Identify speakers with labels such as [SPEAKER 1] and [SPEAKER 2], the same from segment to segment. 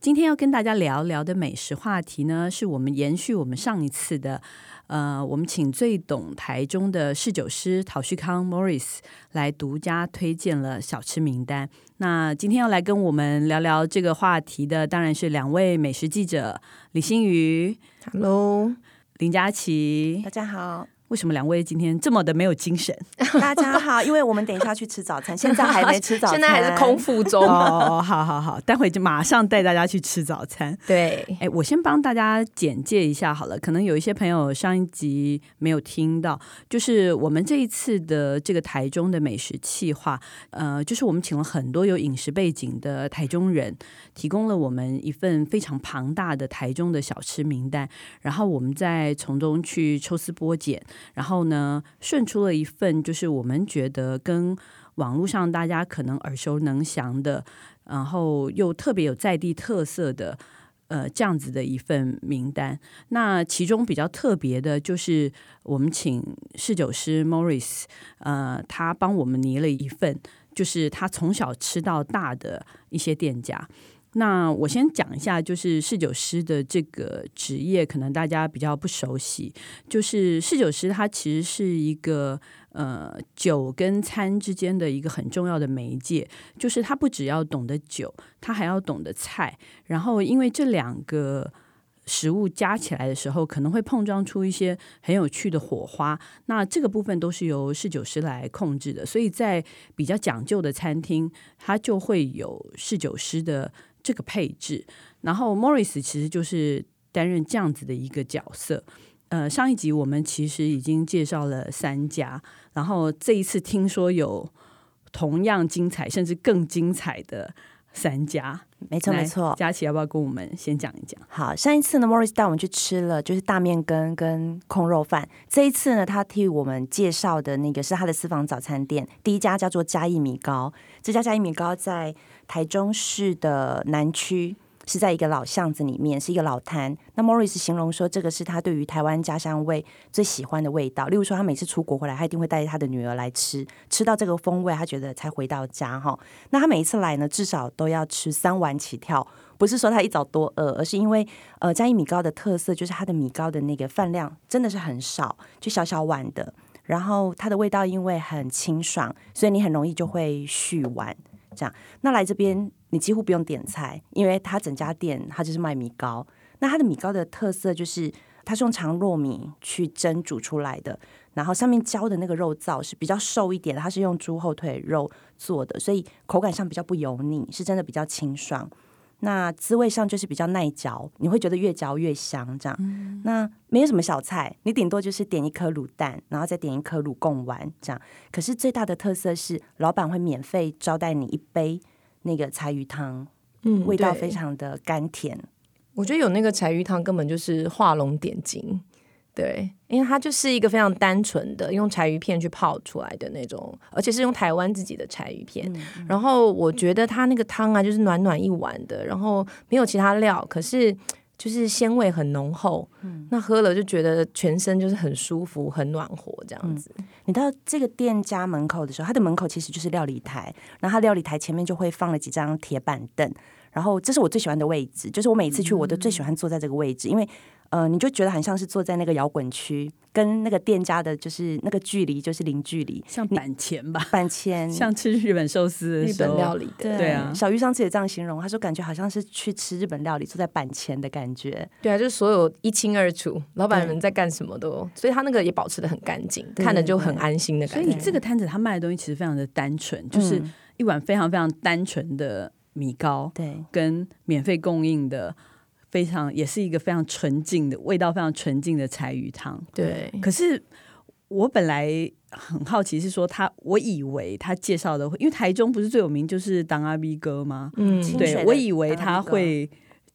[SPEAKER 1] 今天要跟大家聊聊的美食话题呢，是我们延续我们上一次的，呃，我们请最懂台中的侍酒师陶旭康 Morris 来独家推荐了小吃名单。那今天要来跟我们聊聊这个话题的，当然是两位美食记者李新瑜、
[SPEAKER 2] Hello，
[SPEAKER 1] 林佳琪
[SPEAKER 2] 大。家好，
[SPEAKER 1] 为什么两位今天这么的没有精神？
[SPEAKER 2] 大家好，因为我们等一下去吃早餐，现在还没吃早 餐，
[SPEAKER 3] 现在还是空。腹中。
[SPEAKER 1] 哦，好好好，待会就马上带大家去吃早餐。
[SPEAKER 3] 对，
[SPEAKER 1] 哎，我先帮大家简介一下好了，可能有一些朋友上一集没有听到，就是我们这一次的这个台中的美食企划，呃，就是我们请了很多有饮食背景的台中人，提供了我们一份非常庞大的台中的小吃名单，然后我们再从中去抽丝剥茧，然后呢，顺出了一份就是我们觉得跟网络上大家可能耳熟能详的，然后又特别有在地特色的。呃这样子的一份名单。那其中比较特别的就是，我们请侍酒师 Morris，呃，他帮我们拟了一份，就是他从小吃到大的一些店家。那我先讲一下，就是侍酒师的这个职业，可能大家比较不熟悉。就是侍酒师，他其实是一个呃酒跟餐之间的一个很重要的媒介，就是他不只要懂得酒，他还要懂得菜，然后因为这两个食物加起来的时候，可能会碰撞出一些很有趣的火花。那这个部分都是由侍酒师来控制的，所以在比较讲究的餐厅，它就会有侍酒师的这个配置。然后 Morris 其实就是担任这样子的一个角色。呃，上一集我们其实已经介绍了三家，然后这一次听说有同样精彩，甚至更精彩的三家。
[SPEAKER 2] 没错
[SPEAKER 1] 来
[SPEAKER 2] 没错，
[SPEAKER 1] 佳琪要不要跟我们先讲一讲？
[SPEAKER 2] 好，上一次呢，Morris 带我们去吃了就是大面羹跟控肉饭。这一次呢，他替我们介绍的那个是他的私房早餐店，第一家叫做嘉义米糕。这家嘉义米糕在台中市的南区，是在一个老巷子里面，是一个老摊。那 Morris 形容说，这个是他对于台湾家乡味最喜欢的味道。例如说，他每次出国回来，他一定会带着他的女儿来吃，吃到这个风味，他觉得才回到家哈。那他每一次来呢，至少都要吃三碗起跳。不是说他一早多饿，而是因为呃，嘉义米糕的特色就是它的米糕的那个饭量真的是很少，就小小碗的。然后它的味道因为很清爽，所以你很容易就会续碗。这样，那来这边你几乎不用点菜，因为它整家店它就是卖米糕。那它的米糕的特色就是它是用长糯米去蒸煮出来的，然后上面浇的那个肉燥是比较瘦一点的，它是用猪后腿肉做的，所以口感上比较不油腻，是真的比较清爽。那滋味上就是比较耐嚼，你会觉得越嚼越香这样。
[SPEAKER 3] 嗯
[SPEAKER 2] 那没有什么小菜，你顶多就是点一颗卤蛋，然后再点一颗卤贡丸这样。可是最大的特色是，老板会免费招待你一杯那个柴鱼汤，
[SPEAKER 3] 嗯
[SPEAKER 2] 味道
[SPEAKER 3] 对
[SPEAKER 2] 非常的甘甜。
[SPEAKER 3] 我觉得有那个柴鱼汤根本就是画龙点睛。对，因为它就是一个非常单纯的用柴鱼片去泡出来的那种，而且是用台湾自己的柴鱼片。
[SPEAKER 2] 嗯
[SPEAKER 3] 然后我觉得它那个汤啊，就是暖暖一碗的，然后没有其他料，可是就是鲜味很浓厚。
[SPEAKER 2] 嗯
[SPEAKER 3] 那喝了就觉得全身就是很舒服、很暖和这样子。
[SPEAKER 2] 你到这个店家门口的时候，它的门口其实就是料理台，然后它料理台前面就会放了几张铁板凳，然后这是我最喜欢的位置，就是我每次去我都最喜欢坐在这个位置，因为呃，你就觉得很像是坐在那个摇滚区，跟那个店家的就是那个距离就是零距离，
[SPEAKER 1] 像板前吧，
[SPEAKER 2] 半千。
[SPEAKER 1] 像吃嗯日本寿司的
[SPEAKER 3] 日
[SPEAKER 1] 时候，
[SPEAKER 3] 本料理的，
[SPEAKER 1] 对啊
[SPEAKER 2] 小鱼上次也这样形容，他说感觉好像是去吃日本料理，坐在板前的感觉。
[SPEAKER 3] 对啊，就是所有一清二楚，老板们在干什么都，所以他那个也保持的很干净，
[SPEAKER 2] 对
[SPEAKER 3] 看着就很安心的
[SPEAKER 1] 所
[SPEAKER 3] 感
[SPEAKER 1] 以
[SPEAKER 3] 觉。
[SPEAKER 1] 这个摊子他卖的东西其实非常的单纯，就是
[SPEAKER 2] 嗯
[SPEAKER 1] 一碗非常非常单纯的米糕，
[SPEAKER 2] 对，
[SPEAKER 1] 跟免费供应的非常也是一个非常纯净的味道，非常纯净的柴鱼汤。
[SPEAKER 3] 对，
[SPEAKER 1] 可是我本来很好奇，是说他，我以为他介绍的会，因为台中不是最有名就是当阿 B 哥吗？
[SPEAKER 3] 嗯，
[SPEAKER 2] 清水
[SPEAKER 1] 对
[SPEAKER 2] 的
[SPEAKER 1] 我以为他会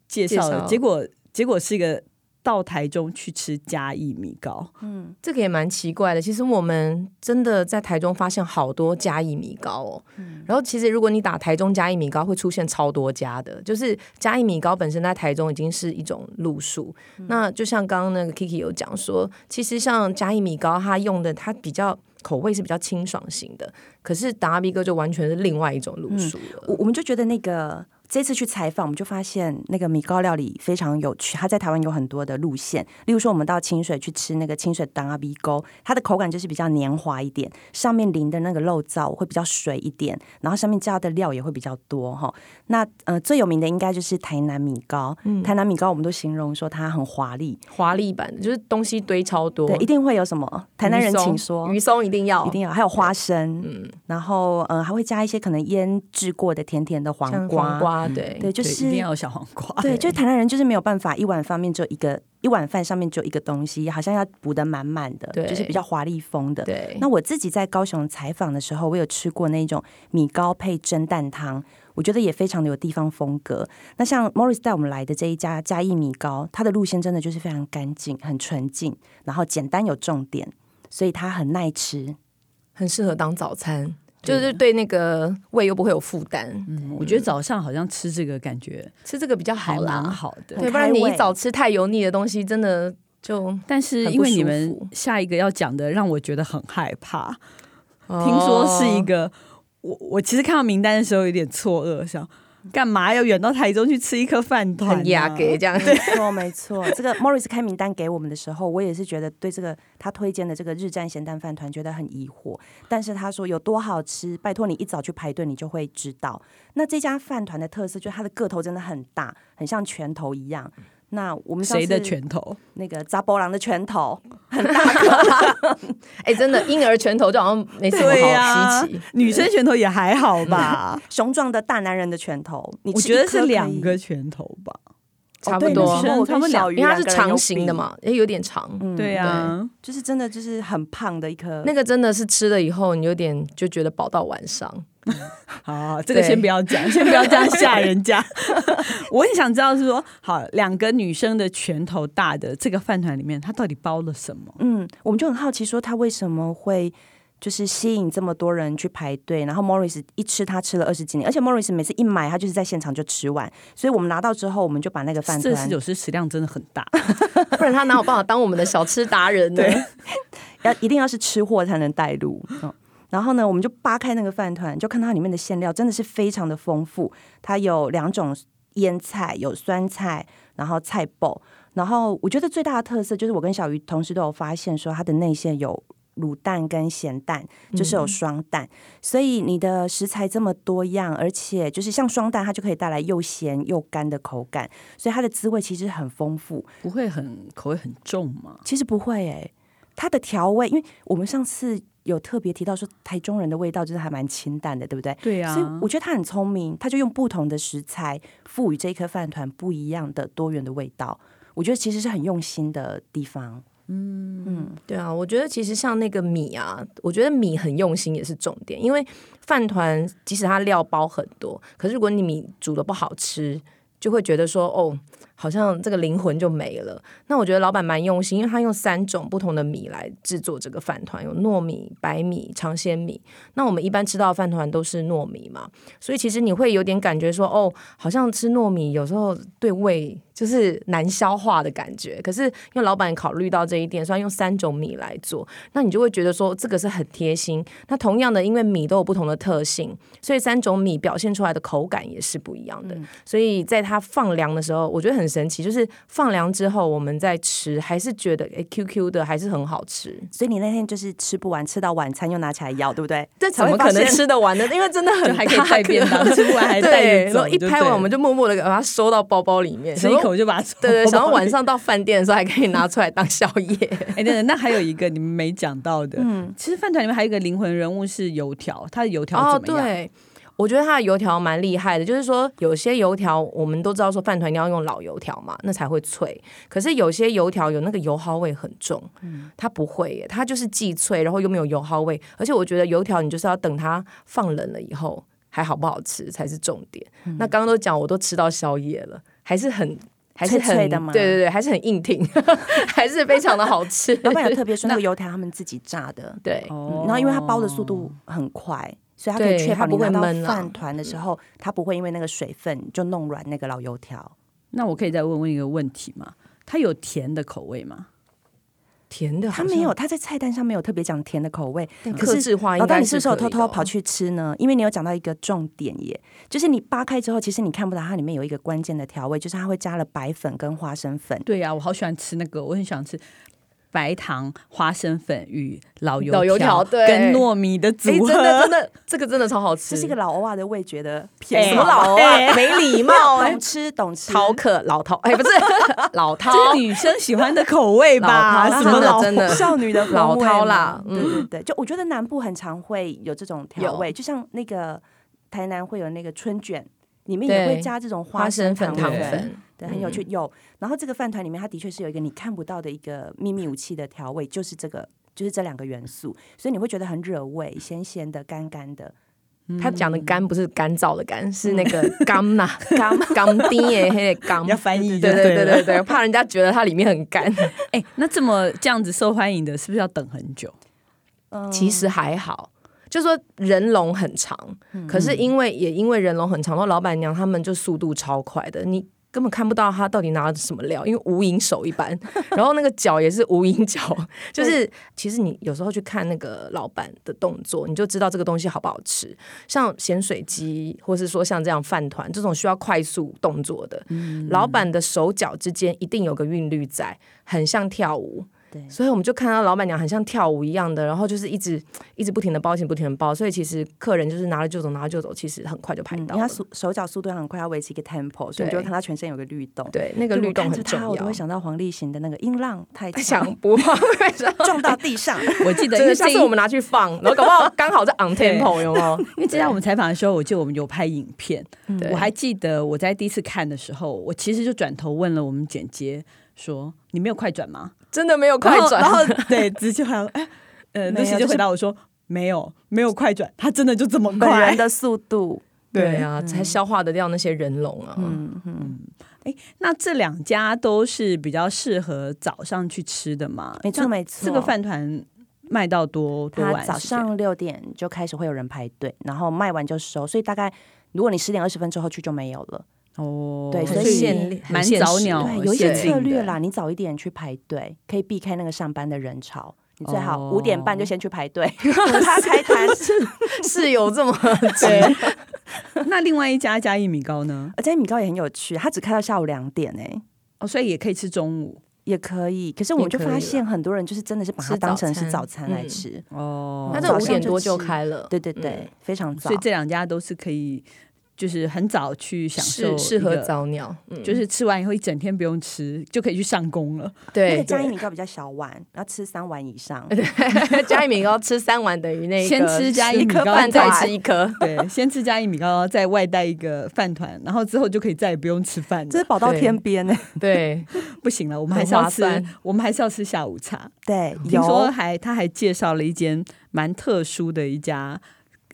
[SPEAKER 1] 介绍
[SPEAKER 3] 介
[SPEAKER 1] 的，
[SPEAKER 3] 绍
[SPEAKER 1] 结果结果是一个到台中去吃嘉义米糕。
[SPEAKER 3] 这个也蛮奇怪的。其实我们真的在台中发现好多嘉义米糕哦。
[SPEAKER 1] 嗯
[SPEAKER 3] 然后其实如果你打台中嘉义米糕，会出现超多家的。就是嘉义米糕本身在台中已经是一种路数。
[SPEAKER 1] 嗯
[SPEAKER 3] 那就像刚刚那个 Kiki 有讲说，其实像嘉义米糕，它用的它比较口味是比较清爽型的，可是达比哥就完全是另外一种路数了。
[SPEAKER 2] 我我们就觉得那个这次去采访，我们就发现那个米糕料理非常有趣。它在台湾有很多的路线，例如说我们到清水去吃那个清水当阿鼻沟，它的口感就是比较黏滑一点，上面淋的那个肉燥会比较水一点，然后上面加的料也会比较多哈。那呃最有名的应该就是台南米糕，
[SPEAKER 3] 嗯
[SPEAKER 2] 台南米糕我们都形容说它很华丽，
[SPEAKER 3] 华丽版的就是东西堆超多。
[SPEAKER 2] 对，一定会有什么台南人
[SPEAKER 3] 鱼松
[SPEAKER 2] 请说
[SPEAKER 3] 鱼嗯松一定要，
[SPEAKER 2] 一定要，还有花生，然后呃还会加一些可能腌制过的甜甜的黄
[SPEAKER 3] 像
[SPEAKER 2] 瓜，
[SPEAKER 3] 黄瓜，对
[SPEAKER 2] 对，就
[SPEAKER 1] 对
[SPEAKER 2] 是
[SPEAKER 1] 一定要有小黄
[SPEAKER 3] 啊
[SPEAKER 1] 瓜。
[SPEAKER 2] 对，就是台南人就是没有办法一碗饭面就一个，一碗饭上面就一个东西，好像要补得满满的，
[SPEAKER 3] 对
[SPEAKER 2] 就是比较华丽风的。
[SPEAKER 3] 对。
[SPEAKER 2] 那我自己在高雄采访的时候，我有吃过那种米糕配蒸蛋汤，我觉得也非常的有地方风格。那像 Morris 带我们来的这一家嘉义米糕，它的路线真的就是非常干净、很纯净，然后简单有重点，所以它很耐吃。
[SPEAKER 3] 很适合当早餐，就是对那个胃又不会有负担，
[SPEAKER 1] 嗯我觉得早上好像吃这个感觉
[SPEAKER 3] 吃这个比较好
[SPEAKER 1] 还蛮
[SPEAKER 3] 啦。
[SPEAKER 1] 好的。
[SPEAKER 3] 对，
[SPEAKER 2] 很
[SPEAKER 3] 不然你
[SPEAKER 2] 开胃
[SPEAKER 3] 一早吃太油腻的东西，真的就
[SPEAKER 1] 但是
[SPEAKER 3] 很
[SPEAKER 1] 因
[SPEAKER 3] 不
[SPEAKER 1] 为你
[SPEAKER 3] 舒
[SPEAKER 1] 们
[SPEAKER 3] 服
[SPEAKER 1] 下一个要讲的，让我觉得很害怕。听说是一
[SPEAKER 3] 哦
[SPEAKER 1] 个，我我其实看到名单的时候有点错愕，想干嘛要远到台中去吃一颗饭团、
[SPEAKER 3] 很雅给这样。
[SPEAKER 2] 没错， 没错。这个 Morris 开名单给我们的时候，我也是觉得对这个他推荐的这个日战咸蛋饭团觉得很疑惑。但是他说有多好吃，拜托你一早去排队，你就会知道。那这家饭团的特色就是它的个头真的很大，很像拳头一样。那我们上
[SPEAKER 1] 谁的
[SPEAKER 2] 次
[SPEAKER 1] 拳头？
[SPEAKER 2] 那个扎波郎的拳头，
[SPEAKER 3] 哎，真的婴儿拳头就好像没什么好稀奇。
[SPEAKER 1] 女生拳头也还好吧？
[SPEAKER 2] 雄壮的大男人的拳头，嗯你
[SPEAKER 1] 我
[SPEAKER 2] 吃
[SPEAKER 1] 觉
[SPEAKER 2] 一
[SPEAKER 1] 得
[SPEAKER 2] 颗
[SPEAKER 1] 是
[SPEAKER 2] 可以
[SPEAKER 1] 两个拳头吧。
[SPEAKER 3] 差不多啊
[SPEAKER 2] 哦对那时候我跟
[SPEAKER 1] 他们两
[SPEAKER 2] 小鱼
[SPEAKER 3] 因为它是
[SPEAKER 2] 两个人有
[SPEAKER 3] 长形的
[SPEAKER 2] 比，
[SPEAKER 3] 嘛，也有点长。
[SPEAKER 2] 嗯
[SPEAKER 1] 对啊，
[SPEAKER 2] 就是真的就是很胖的一颗。
[SPEAKER 3] 那个真的是吃了以后，你有点就觉得饱到晚上。
[SPEAKER 1] 好，这个
[SPEAKER 3] 对
[SPEAKER 1] 先不要讲，先不要这样 吓人家。 我很想知道是说，好两个女生的拳头大的这个饭团里面，它到底包了什么？
[SPEAKER 2] 嗯，我们就很好奇说他为什么会就是吸引这么多人去排队，然后 Morris 一吃他吃了二十几年，而且 Morris 每次一买他就是在现场就吃完，所以我们拿到之后我们就把那个饭
[SPEAKER 1] 这十
[SPEAKER 2] 团
[SPEAKER 1] 九师食量真的很大，
[SPEAKER 3] 不然他哪有办法当我们的小吃达人呢？
[SPEAKER 2] 要一定要是吃货才能带路。嗯然后呢，我们就扒开那个饭团，就看到它里面的馅料真的是非常的丰富。它有两种腌菜，有酸菜，然后菜脯。然后我觉得最大的特色就是我跟小鱼同时都有发现说，它的内馅有卤蛋跟咸蛋，就是有双蛋。所以你的食材这么多样，而且就是像双蛋，它就可以带来又咸又干的口感，所以它的滋味其实很丰富。
[SPEAKER 1] 不会很口味很重吗？
[SPEAKER 2] 其实不会诶、它的调味，因为我们上次有特别提到说，台中人的味道就是还蛮清淡的，对不对？
[SPEAKER 1] 对
[SPEAKER 3] 啊
[SPEAKER 1] 呀、
[SPEAKER 2] 所以我觉得他很聪明，他就用不同的食材赋予这一颗饭团不一样的多元的味道。我觉得其实是很用心的地方。
[SPEAKER 3] 对啊，我觉得其实像那个米啊，我觉得米很用心也是重点，因为饭团即使它料包很多，可是如果你米煮的不好吃，就会觉得说哦，好像这个灵魂就没了。那我觉得老板蛮用心，因为他用三种不同的米来制作这个饭团，有糯米、白米、尝鲜米。那我们一般吃到的饭团都是糯米嘛，所以其实你会有点感觉说哦，好像吃糯米有时候对胃就是难消化的感觉。可是因为老板考虑到这一点，所以他用三种米来做，那你就会觉得说这个是很贴心。那同样的，因为米都有不同的特性，所以三种米表现出来的口感也是不一样
[SPEAKER 1] 嗯
[SPEAKER 3] 的。所以在它放凉的时候，我觉得很神奇，就是放凉之后我们再吃，还是觉得诶 QQ 的，还是很好吃。
[SPEAKER 2] 所以你那天就是吃不完，吃到晚餐又拿起来咬，对不对？
[SPEAKER 3] 这怎么可能吃得完呢？因为真的很
[SPEAKER 1] 就还可以
[SPEAKER 3] 大
[SPEAKER 1] 带便
[SPEAKER 3] 颗
[SPEAKER 1] 当，吃不完还带
[SPEAKER 3] 对，
[SPEAKER 1] 着
[SPEAKER 3] 然
[SPEAKER 1] 走
[SPEAKER 3] 后一拍完，我们
[SPEAKER 1] 就
[SPEAKER 3] 就默默的把它收到包包里面，
[SPEAKER 1] 对了吃一口就把它
[SPEAKER 3] 对对，
[SPEAKER 1] 然
[SPEAKER 3] 想
[SPEAKER 1] 后
[SPEAKER 3] 要晚上到饭店的时候还可以拿出来当宵夜。
[SPEAKER 1] 哎，等等，那还有一个你们没讲到的，
[SPEAKER 3] 嗯
[SPEAKER 1] 其实饭团里面还有一个灵魂人物是油条，它的油条
[SPEAKER 3] 哦，
[SPEAKER 1] 怎么样？
[SPEAKER 3] 对，我觉得它的油条蛮厉害的，就是说有些油条我们都知道说饭团一定要用老油条嘛，那才会脆。可是有些油条有那个油耗味很重，
[SPEAKER 2] 嗯
[SPEAKER 3] 它不会耶，它就是既脆，然后又没有油耗味。而且我觉得油条你就是要等它放冷了以
[SPEAKER 2] 嗯
[SPEAKER 3] 后，还好不好吃才是重点。那刚刚都讲我都吃到宵夜了，还是很。还是很
[SPEAKER 2] 脆脆的吗
[SPEAKER 3] 对对对，还是很硬挺， 还是非常的好吃。
[SPEAKER 2] 老板有特别说那个油条他们自己炸的，
[SPEAKER 3] 对
[SPEAKER 1] 哦
[SPEAKER 2] 嗯然后因为它包的速度很快，所以它可以
[SPEAKER 3] 哦对
[SPEAKER 2] 确保
[SPEAKER 3] 它
[SPEAKER 2] 你
[SPEAKER 3] 不会
[SPEAKER 2] 拿到
[SPEAKER 3] 闷啊
[SPEAKER 2] 饭团的时候，它不会因为那个水分就弄软那个老油条。
[SPEAKER 1] 那我可以再问问一个问题吗？它有甜的口味吗？
[SPEAKER 3] 甜的
[SPEAKER 2] 它
[SPEAKER 3] 好像
[SPEAKER 2] 没有，它在菜单上面有特别讲甜的口味，可
[SPEAKER 3] 克
[SPEAKER 2] 是。
[SPEAKER 3] 制化
[SPEAKER 2] 老
[SPEAKER 3] 应
[SPEAKER 2] 大，
[SPEAKER 3] 该
[SPEAKER 2] 你是不是
[SPEAKER 3] 是
[SPEAKER 2] 有
[SPEAKER 3] 可以
[SPEAKER 2] 偷
[SPEAKER 3] 的
[SPEAKER 2] 偷
[SPEAKER 3] 哦
[SPEAKER 2] 跑去吃呢？因为你有讲到一个重点耶，就是你扒开之后，其实你看不到它里面有一个关键的调味，就是它会加了白粉跟花生粉。
[SPEAKER 1] 对啊呀、我好喜欢吃那个，我很想吃白糖、花生粉与老油
[SPEAKER 3] 老油条对
[SPEAKER 1] 跟糯米的组
[SPEAKER 3] 哎，真
[SPEAKER 1] 合，
[SPEAKER 3] 的真的，这个真的超好吃。
[SPEAKER 2] 这是一个老欧啊的味觉的
[SPEAKER 1] 哎
[SPEAKER 2] 偏
[SPEAKER 3] 什
[SPEAKER 2] 好
[SPEAKER 3] 么嗯老
[SPEAKER 2] 吧
[SPEAKER 3] 啊，没礼貌哎
[SPEAKER 2] 懂，吃懂吃，
[SPEAKER 3] 陶可老陶哎， 不是老陶，
[SPEAKER 1] 这是女生喜欢的口味吧？
[SPEAKER 3] 老
[SPEAKER 1] 什么
[SPEAKER 3] 饕真的
[SPEAKER 1] 老
[SPEAKER 3] 真的
[SPEAKER 2] 少 女的风味
[SPEAKER 3] 老饕啦
[SPEAKER 2] 嘛
[SPEAKER 3] 嗯
[SPEAKER 2] 对对对，就我觉得南部很常会有这种调味，就像那个台南会有那个春卷，里面也
[SPEAKER 3] 对
[SPEAKER 2] 会加这种
[SPEAKER 3] 花生粉、
[SPEAKER 2] 粉
[SPEAKER 3] 糖
[SPEAKER 1] 对
[SPEAKER 2] 粉，
[SPEAKER 3] 粉，
[SPEAKER 2] 对，很有趣。有，然后这个饭团里面它的确是有一个你看不到的一个秘密武器的调味，就是这个。就是这两个元素，所以你会觉得很惹味，咸咸的、干干的。嗯
[SPEAKER 3] 他讲的干不是干燥的干，是那个干 呐，干干丁耶，嘿干。
[SPEAKER 1] 要翻译
[SPEAKER 3] 对
[SPEAKER 1] 就
[SPEAKER 3] 对
[SPEAKER 1] 对
[SPEAKER 3] 对
[SPEAKER 1] 了
[SPEAKER 3] 对对，怕人家觉得它里面很干，
[SPEAKER 1] 哎、那这么这样子受欢迎的，是不是要等很久？
[SPEAKER 2] 嗯，
[SPEAKER 3] 其实还好。就说人龙很长，
[SPEAKER 2] 嗯
[SPEAKER 3] 可是因为也因为人龙很长，然后老板娘他们就速度超快的，你根本看不到他到底拿了什么料，因为无影手一 般，然后那个脚也是无影脚，就是其实你有时候去看那个老板的动作，你就知道这个东西好不好吃。像咸水鸡，或是说像这样饭团这种需要快速动作的，
[SPEAKER 2] 嗯
[SPEAKER 3] 老板的手脚之间一定有个韵律在，很像跳舞。
[SPEAKER 2] 对
[SPEAKER 3] 所以我们就看到老板娘很像跳舞一样的，然后就是一直一直不停的包，一直不停的包，所以其实客人就是拿了就走，拿了就走，其实很快就排
[SPEAKER 2] 嗯，因
[SPEAKER 3] 到
[SPEAKER 2] 为
[SPEAKER 3] 了。
[SPEAKER 2] 它手手脚速度很快，要维持一个 tempo，所以你就会看它全身有个律动。
[SPEAKER 3] 对，那个
[SPEAKER 2] 对
[SPEAKER 3] 律
[SPEAKER 2] 我
[SPEAKER 3] 动
[SPEAKER 2] 看
[SPEAKER 3] 很
[SPEAKER 2] 着
[SPEAKER 3] 重
[SPEAKER 2] 它，我都
[SPEAKER 3] 要
[SPEAKER 2] 会。想到黄立行的那个音浪太
[SPEAKER 3] 不
[SPEAKER 2] 强，
[SPEAKER 3] 想播，为什么
[SPEAKER 2] 撞到地上。
[SPEAKER 1] 我记得，因为
[SPEAKER 3] 真
[SPEAKER 1] 这
[SPEAKER 3] 的，下
[SPEAKER 1] 一
[SPEAKER 3] 次我们拿去 放，然后搞不好刚好在 on tempo，有没 有？
[SPEAKER 1] 因为之前我们采访的时候，我记得我们有拍影片，
[SPEAKER 3] 对
[SPEAKER 1] 嗯我还记得我在第一次看的时候，我其实就转头问了我们剪接说：“你没有快转吗
[SPEAKER 3] 真的没有？”快
[SPEAKER 1] 然后
[SPEAKER 3] 转，
[SPEAKER 1] 然 后对，直接还哎，呃，
[SPEAKER 2] 没
[SPEAKER 1] 露
[SPEAKER 2] 有
[SPEAKER 1] 西就回答我说：“没有，没有快转，他真的就这么
[SPEAKER 2] 本
[SPEAKER 1] 快
[SPEAKER 2] 人。的速度，”
[SPEAKER 3] 对，啊，才消化得掉那些人龙啊。
[SPEAKER 2] 嗯嗯，
[SPEAKER 1] 那这两家都是比较适合早上去吃的嘛？
[SPEAKER 2] 没错
[SPEAKER 1] 像
[SPEAKER 2] 没错
[SPEAKER 1] 这个饭团卖到多多
[SPEAKER 2] 他
[SPEAKER 1] 晚时间？
[SPEAKER 2] 早上六点就开始会有人排队，然后卖完就收，所以大概如果你十点二十分之后去就没有了。
[SPEAKER 1] 哦，
[SPEAKER 2] 对
[SPEAKER 3] 很
[SPEAKER 2] 所以
[SPEAKER 3] 限力很
[SPEAKER 1] 蛮
[SPEAKER 3] 现
[SPEAKER 1] 早
[SPEAKER 3] 实
[SPEAKER 1] 鸟哦
[SPEAKER 2] 对，有一些
[SPEAKER 3] 限定
[SPEAKER 2] 策
[SPEAKER 3] 的
[SPEAKER 2] 略啦，你早一点去排队，可以避开那个上班的人潮。你最好
[SPEAKER 1] 哦
[SPEAKER 2] 五点半就先去排队， 等他开摊。
[SPEAKER 3] 是有这么
[SPEAKER 1] 对。 那另外一家嘉义米糕呢？
[SPEAKER 2] 而且米糕也很有趣，它只开到下午两点哎、
[SPEAKER 1] 哦，所以也可以吃中午。
[SPEAKER 2] 也可以。可是我们就
[SPEAKER 3] 也可以
[SPEAKER 2] 发
[SPEAKER 3] 啦
[SPEAKER 2] 现很多人就是真的是把它
[SPEAKER 3] 吃
[SPEAKER 2] 当
[SPEAKER 3] 早
[SPEAKER 2] 成是
[SPEAKER 3] 餐
[SPEAKER 2] 早餐来
[SPEAKER 3] 嗯
[SPEAKER 2] 吃，
[SPEAKER 1] 哦
[SPEAKER 3] 他这
[SPEAKER 2] 那早
[SPEAKER 3] 五
[SPEAKER 2] 上
[SPEAKER 3] 点
[SPEAKER 2] 就
[SPEAKER 3] 多就
[SPEAKER 2] 吃
[SPEAKER 3] 开了，嗯
[SPEAKER 2] 对对对，非常早
[SPEAKER 1] 所以。这两家都是可以，就是很早去享受
[SPEAKER 3] 是适合
[SPEAKER 1] 一个，
[SPEAKER 3] 早鸟，嗯，
[SPEAKER 1] 就是吃完以后一整天不用吃，就可以去上工 了。
[SPEAKER 2] 那
[SPEAKER 3] 对
[SPEAKER 2] 个。嘉义米糕比较小碗，要吃三碗以上。
[SPEAKER 3] 嘉义米糕吃三碗等于那个
[SPEAKER 1] 先吃嘉义
[SPEAKER 3] 一
[SPEAKER 1] 米
[SPEAKER 3] 颗
[SPEAKER 1] 糕
[SPEAKER 3] 饭再
[SPEAKER 1] 饭
[SPEAKER 3] 吃一颗，
[SPEAKER 1] 对，先吃嘉义米糕，再外带一个饭团，然后之后就可以再也不用吃饭
[SPEAKER 2] 这是
[SPEAKER 1] 了。
[SPEAKER 2] 宝到
[SPEAKER 3] 对
[SPEAKER 2] 天边呢、
[SPEAKER 3] 对，
[SPEAKER 1] 不行了，我们
[SPEAKER 3] 很
[SPEAKER 1] 还是要
[SPEAKER 3] 划
[SPEAKER 1] 吃
[SPEAKER 3] 算，，
[SPEAKER 1] 我们还是要吃下午茶。
[SPEAKER 2] 对，
[SPEAKER 1] 听说
[SPEAKER 2] 有
[SPEAKER 1] 还他还介绍了一间蛮特殊的一家，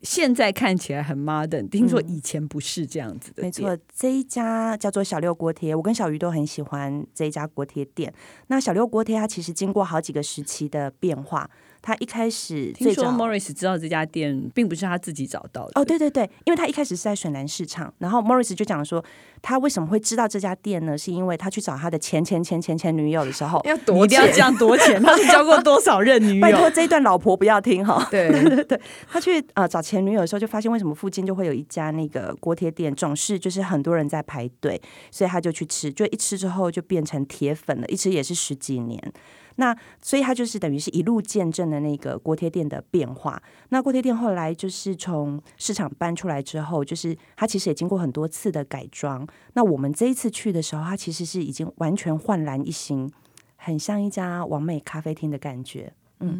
[SPEAKER 1] 现在看起来很 modern，听说以前不是这样子的、
[SPEAKER 2] 嗯没错，，这一家叫做小六锅贴，我跟小鱼都很喜欢这一家锅贴店。那小六锅贴它其实经过好几个时期的变化，它一开始
[SPEAKER 1] 听
[SPEAKER 2] 最
[SPEAKER 1] 说
[SPEAKER 2] 早。
[SPEAKER 1] Morris 知道这家店并不是他自己找到的。
[SPEAKER 2] 哦，对对对，因为他一开始是在水南市场，然后 Morris 就讲说，他为什么会知道这家店呢？是因为他去找他的前前前前前女友的时候
[SPEAKER 3] 要
[SPEAKER 1] 你
[SPEAKER 3] 多
[SPEAKER 1] 一 定要
[SPEAKER 3] 钱
[SPEAKER 1] 这样多 钱，他是交过多少任女
[SPEAKER 2] 拜托
[SPEAKER 1] 友？
[SPEAKER 2] 这一段老婆不要听哈。
[SPEAKER 3] 对，
[SPEAKER 2] 他去呃找前女友的时候，就发现为什么附近就会有一家那个锅贴店，总是就是很多人在排队，所以他就去吃，就一吃之后就变成铁粉了，一吃也是十几年。那所以他就是等于是一路见证了那个锅贴店的变化。那锅贴店后来就是从市场搬出来之后，就是它其实也经过很多次的改装。那我们这一次去的时候，它其实是已经完全焕然一新，很像一家完美咖啡厅的感觉，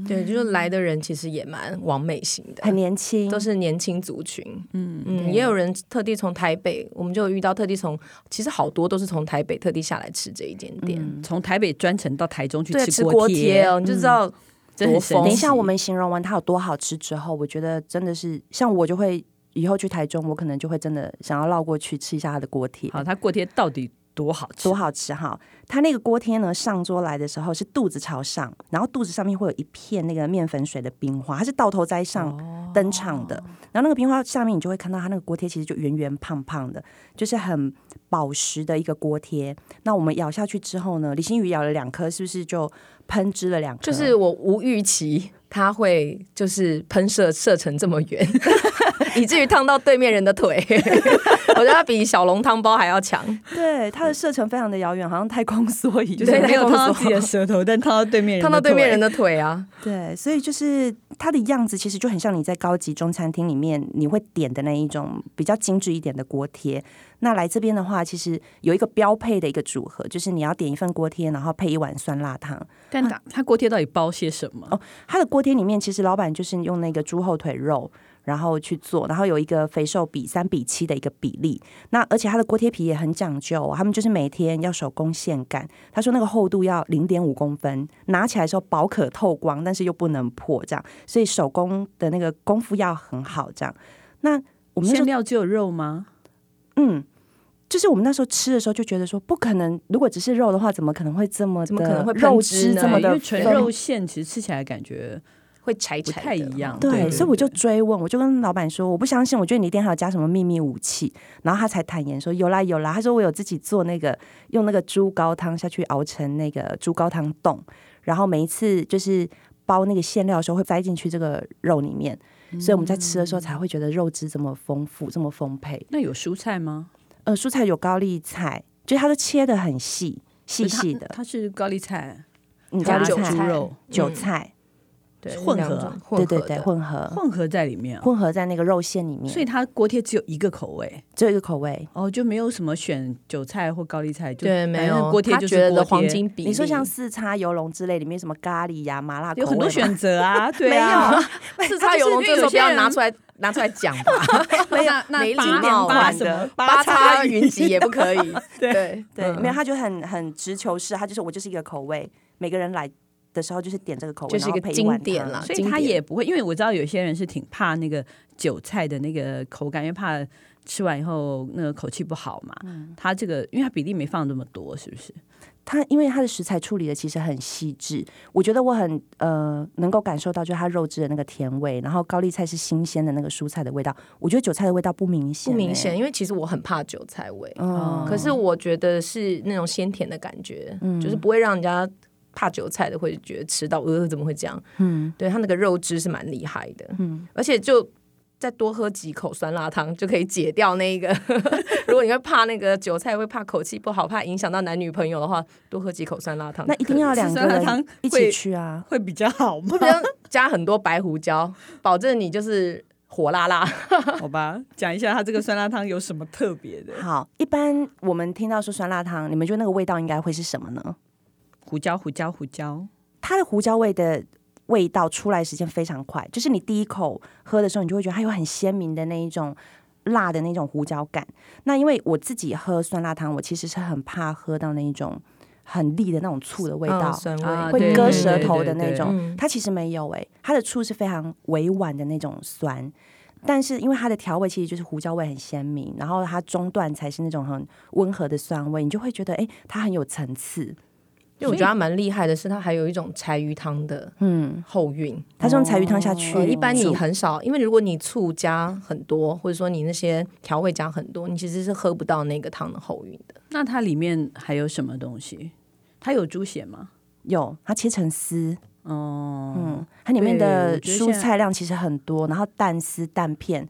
[SPEAKER 3] 对，就是来的人其实也蛮完美型的，
[SPEAKER 2] 很年
[SPEAKER 1] 嗯
[SPEAKER 2] 轻，
[SPEAKER 3] 都是年轻族群，嗯
[SPEAKER 2] 对
[SPEAKER 3] 嗯，也有人特地从台北，我们就有遇到特地从，其实好多都是从台北特地下来吃这一间店，
[SPEAKER 1] 从台北专程到台中嗯去
[SPEAKER 3] 对，吃
[SPEAKER 1] 锅嗯
[SPEAKER 3] 锅贴哦，你就知道
[SPEAKER 1] 真的
[SPEAKER 3] 多
[SPEAKER 1] 很神
[SPEAKER 3] 疯
[SPEAKER 1] 奇。
[SPEAKER 2] 等一下，我们形容完它有多好吃之后，我觉得真的是像我就会以后去台中，我可能就会真的想要绕过去吃一下它的锅贴。
[SPEAKER 1] 好，他锅贴到底多好吃
[SPEAKER 2] 多！好吃哈！它那个锅贴呢，上桌来的时候是肚子朝上，然后肚子上面会有一片那个面粉水的冰花，它是倒头栽上
[SPEAKER 3] 哦
[SPEAKER 2] 登场的。然后那个冰花下面，你就会看到它那个锅贴其实就圆圆胖胖的，就是很饱食的一个锅贴。那我们咬下去之后呢，李新宇咬了两颗，是不是就喷汁了两颗？
[SPEAKER 3] 就是我无预期它会就是喷射射程这么远， 以至于烫到对面人的腿。 我觉得它比小笼汤包还要强。
[SPEAKER 2] 对它的射程非常的遥远，好像太空梭一样。
[SPEAKER 3] 对
[SPEAKER 1] 没有烫
[SPEAKER 3] 那个
[SPEAKER 1] 到
[SPEAKER 3] 我
[SPEAKER 1] 自己的舌头，但烫到对面人，
[SPEAKER 3] 烫到对面人。的腿啊！
[SPEAKER 2] 对，所以就是它的样子，其实就很像你在高级中餐厅里面你会点的那一种比较精致一点的锅贴。那来这边的话，其实有一个标配的一个组合，就是你要点一份锅贴，然后配一碗酸辣汤。
[SPEAKER 1] 但它它锅贴到底包些什么？
[SPEAKER 2] 它的锅贴里面，其实老板就是用那个猪后腿肉，然后去做，然后有一个肥瘦比三比七的一个比例。那而且它的锅贴皮也很讲究、哦，他们就是每天要手工现擀。他说那个厚度要零点五公分，拿起来的时候薄可透光，但是又不能破，这样，所以手工的那个功夫要很好，这样。那我们那时
[SPEAKER 1] 馅
[SPEAKER 2] 候，
[SPEAKER 1] 料只有肉吗？
[SPEAKER 2] 嗯。就是我们那时候吃的时候就觉得说，不可能，如果只是肉的话，怎么可能会这么
[SPEAKER 3] 啊
[SPEAKER 2] 的
[SPEAKER 3] 怎么可能会喷
[SPEAKER 2] 肉
[SPEAKER 3] 汁
[SPEAKER 2] 汁
[SPEAKER 3] 呢
[SPEAKER 2] 这么
[SPEAKER 1] 对因
[SPEAKER 2] 的
[SPEAKER 1] 为纯
[SPEAKER 2] 丰
[SPEAKER 1] 肉馅其实吃起来感觉
[SPEAKER 3] 会柴
[SPEAKER 1] 不
[SPEAKER 3] 柴的
[SPEAKER 1] 太一样。
[SPEAKER 2] 对，所以我
[SPEAKER 1] 对
[SPEAKER 2] 就追问，我就跟老板说，我不相信，我觉得你一定还有加什么秘密武器。然后他才坦言说，有啦有啦，他说我有自己做那个用那个猪高汤下去熬成那个猪高汤冻，然后每一次就是包那个馅料的时候会塞进去这个肉里面，所以我们在吃的时候才会觉得肉汁这么丰富，这么丰沛。
[SPEAKER 1] 那有蔬菜吗？
[SPEAKER 2] 呃，蔬菜有高丽菜，就是它都切的很细细细的
[SPEAKER 1] 它，它是高丽菜，
[SPEAKER 2] 你
[SPEAKER 3] 加
[SPEAKER 1] 加
[SPEAKER 2] 高丽
[SPEAKER 3] 韭
[SPEAKER 1] 猪
[SPEAKER 3] 菜
[SPEAKER 2] 菜、
[SPEAKER 1] 肉
[SPEAKER 2] 韭
[SPEAKER 3] 嗯
[SPEAKER 2] 菜，
[SPEAKER 3] 对
[SPEAKER 1] 混合
[SPEAKER 3] 两种混
[SPEAKER 2] 对
[SPEAKER 3] 合
[SPEAKER 2] 对对，
[SPEAKER 3] 的
[SPEAKER 2] 混合
[SPEAKER 1] 混合在里面啊，
[SPEAKER 2] 混合在那个肉馅里面，
[SPEAKER 1] 所以它锅贴只有一个口味。
[SPEAKER 2] 只有一个口味。
[SPEAKER 1] 哦，就没有什么选韭菜或高丽菜，就
[SPEAKER 3] 对，
[SPEAKER 1] 反
[SPEAKER 3] 没
[SPEAKER 1] 正
[SPEAKER 3] 有
[SPEAKER 1] 锅贴
[SPEAKER 3] 他
[SPEAKER 1] 就是
[SPEAKER 3] 觉
[SPEAKER 1] 锅
[SPEAKER 3] 得
[SPEAKER 1] 贴
[SPEAKER 3] 黄金比例。
[SPEAKER 2] 你说像四叉游龙之类，里面有什么咖喱呀、麻辣口味
[SPEAKER 1] 有
[SPEAKER 2] 吗
[SPEAKER 1] 很多 选择啊，对啊，
[SPEAKER 3] 四叉游龙，这时候不要拿出来拿出来讲吧，
[SPEAKER 1] 哎没有那
[SPEAKER 3] 没礼
[SPEAKER 1] 八点
[SPEAKER 3] 貌
[SPEAKER 1] 八
[SPEAKER 3] 啊
[SPEAKER 1] 什么
[SPEAKER 3] 八叉
[SPEAKER 1] 叉
[SPEAKER 3] 云集也不 可以。对
[SPEAKER 2] 对，
[SPEAKER 3] 嗯
[SPEAKER 2] 没有，他就很很直球式，他就是我就是一个口味，每个人来的时候就是点这个口味，
[SPEAKER 3] 就是一个
[SPEAKER 2] 然后配碗
[SPEAKER 3] 经典
[SPEAKER 2] 汤
[SPEAKER 3] 啦
[SPEAKER 1] 啊所以他也不会，因为我知道有些人是挺怕那个韭菜的那个口感，因为怕吃完以后那个口气不好嘛。他这个，因为他比例没放这么多，是不是？
[SPEAKER 2] 它因为它的食材处理的其实很细致，我觉得我很呃能够感受到，就是它肉质的那个甜味，然后高丽菜是新鲜的那个蔬菜的味道，我觉得韭菜的味道不明显、欸
[SPEAKER 3] 不欸明显，。哦因为其实我很怕韭菜味，
[SPEAKER 2] 嗯，
[SPEAKER 3] 可是我觉得是那种鲜甜的感觉，就是不会让人家怕韭菜的会觉得吃到呃怎么会这样？嗯，对，它那个肉汁是蛮厉害的，嗯，而且就。再多喝几口酸辣汤就可以解掉那个。 如果你会怕那个韭菜，会怕口气不好，怕影响到男女朋友的话，多喝几口酸辣汤就
[SPEAKER 2] 那
[SPEAKER 3] 可以。
[SPEAKER 2] 一定要两
[SPEAKER 1] 吃
[SPEAKER 2] 个
[SPEAKER 1] 酸辣汤
[SPEAKER 2] 人一起
[SPEAKER 1] 会
[SPEAKER 2] 去 啊！
[SPEAKER 1] 会比较好吗
[SPEAKER 3] 不？能加很多白胡椒，保证你就是火辣辣。
[SPEAKER 1] 好吧，讲一下他这个酸辣汤有什么特别的？
[SPEAKER 2] 好，一般我们听到说酸辣汤，你们觉得那个味道应该会是什么呢？
[SPEAKER 1] 胡椒，胡椒，胡椒，
[SPEAKER 2] 它的胡椒味的味道出来时间非常快，就是你第一口喝的时候，你就会觉得它有很鲜明的那一种辣的那种胡椒感。那因为我自己喝酸辣汤，我其实是很怕喝到那一种很厉的那种醋的味道。
[SPEAKER 3] 嗯酸味、
[SPEAKER 1] 啊
[SPEAKER 2] 会
[SPEAKER 1] 对
[SPEAKER 2] 割
[SPEAKER 1] 对
[SPEAKER 2] 舌
[SPEAKER 1] 对
[SPEAKER 2] 头
[SPEAKER 1] 对
[SPEAKER 2] 的那
[SPEAKER 1] 对
[SPEAKER 2] 种，
[SPEAKER 3] 嗯
[SPEAKER 2] 它其实没有诶、它的醋是非常委婉的那种酸，但是因为它的调味其实就是胡椒味很鲜明，然后它中段才是那种很温和的酸味，你就会觉得诶、它很有层次，
[SPEAKER 3] 因为我觉得它蛮厉害的是，它还有一种柴鱼汤的
[SPEAKER 2] 嗯，
[SPEAKER 3] 后韵。
[SPEAKER 2] 它是用柴鱼汤下去煮、
[SPEAKER 3] 呃，一般你很少，因为如果你醋加很多，或者说你那些调味加很多，你其实是喝不到那个汤的后韵的。
[SPEAKER 1] 那它里面还有什么东西？它有猪血吗？
[SPEAKER 2] 有，它切成丝，
[SPEAKER 1] 哦、
[SPEAKER 2] 嗯，它里面
[SPEAKER 1] 对
[SPEAKER 2] 的
[SPEAKER 1] 我觉得
[SPEAKER 2] 蔬
[SPEAKER 1] 现在
[SPEAKER 2] 菜量其实很多，然后蛋丝蛋片，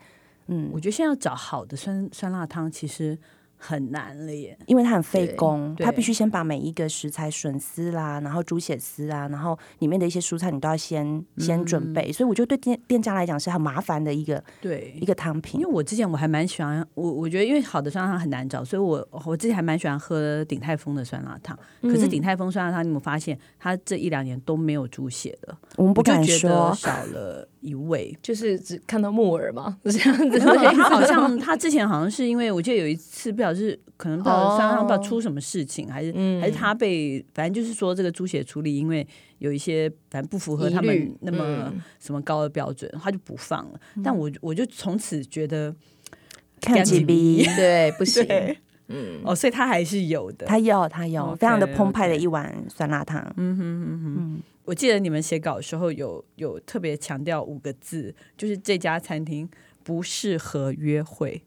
[SPEAKER 2] 嗯
[SPEAKER 1] 我，觉得现在要找好的酸酸辣汤其实很难了耶。
[SPEAKER 2] 因为它很费
[SPEAKER 3] 对
[SPEAKER 2] 工，
[SPEAKER 3] 对。
[SPEAKER 2] 它必须先把每一个食材笋丝啦，然后猪血丝啊，然后里面的一些蔬菜你都要先先准
[SPEAKER 1] 嗯
[SPEAKER 2] 备，所以我觉得对店店家来讲是很麻烦的一个
[SPEAKER 1] 对
[SPEAKER 2] 一，个汤
[SPEAKER 1] 因
[SPEAKER 2] 品
[SPEAKER 1] 为。我之前我还蛮喜欢我，我觉得因为好的酸辣汤很难找，所以我我自己还蛮喜欢喝鼎泰丰的酸辣汤。可是鼎泰丰酸辣汤，你有没有发现它这一两年都没有猪血了？
[SPEAKER 2] 我们不
[SPEAKER 1] 我就
[SPEAKER 2] 敢
[SPEAKER 1] 觉得
[SPEAKER 2] 说，
[SPEAKER 1] 少了一味
[SPEAKER 3] 就是只看到木耳嘛，是这 样子。
[SPEAKER 1] 他好像他之前好像是因为我记得有一次不知道是可能不知道
[SPEAKER 3] 哦
[SPEAKER 1] 酸辣汤不知道出什么事情，还是、
[SPEAKER 3] 嗯
[SPEAKER 1] 还是他被反正就是说这个猪血处理，因为有一些反正不符合
[SPEAKER 3] 疑
[SPEAKER 1] 他
[SPEAKER 3] 虑
[SPEAKER 1] 们那 么
[SPEAKER 3] 嗯
[SPEAKER 1] 什么高的标准，他就不放了。但我我就从此觉得
[SPEAKER 2] 看
[SPEAKER 1] 干
[SPEAKER 2] 几
[SPEAKER 1] 几鼻
[SPEAKER 2] 鼻，
[SPEAKER 3] 对，不行。
[SPEAKER 1] 对嗯，哦，所以它还是有的。
[SPEAKER 2] 它有它有
[SPEAKER 1] OK，
[SPEAKER 2] 非常的澎湃的
[SPEAKER 1] OK 嗯
[SPEAKER 2] 一碗酸辣汤。
[SPEAKER 1] 我记得你们写稿的时候有有特别强调五个字，就是这家餐厅不适合约会，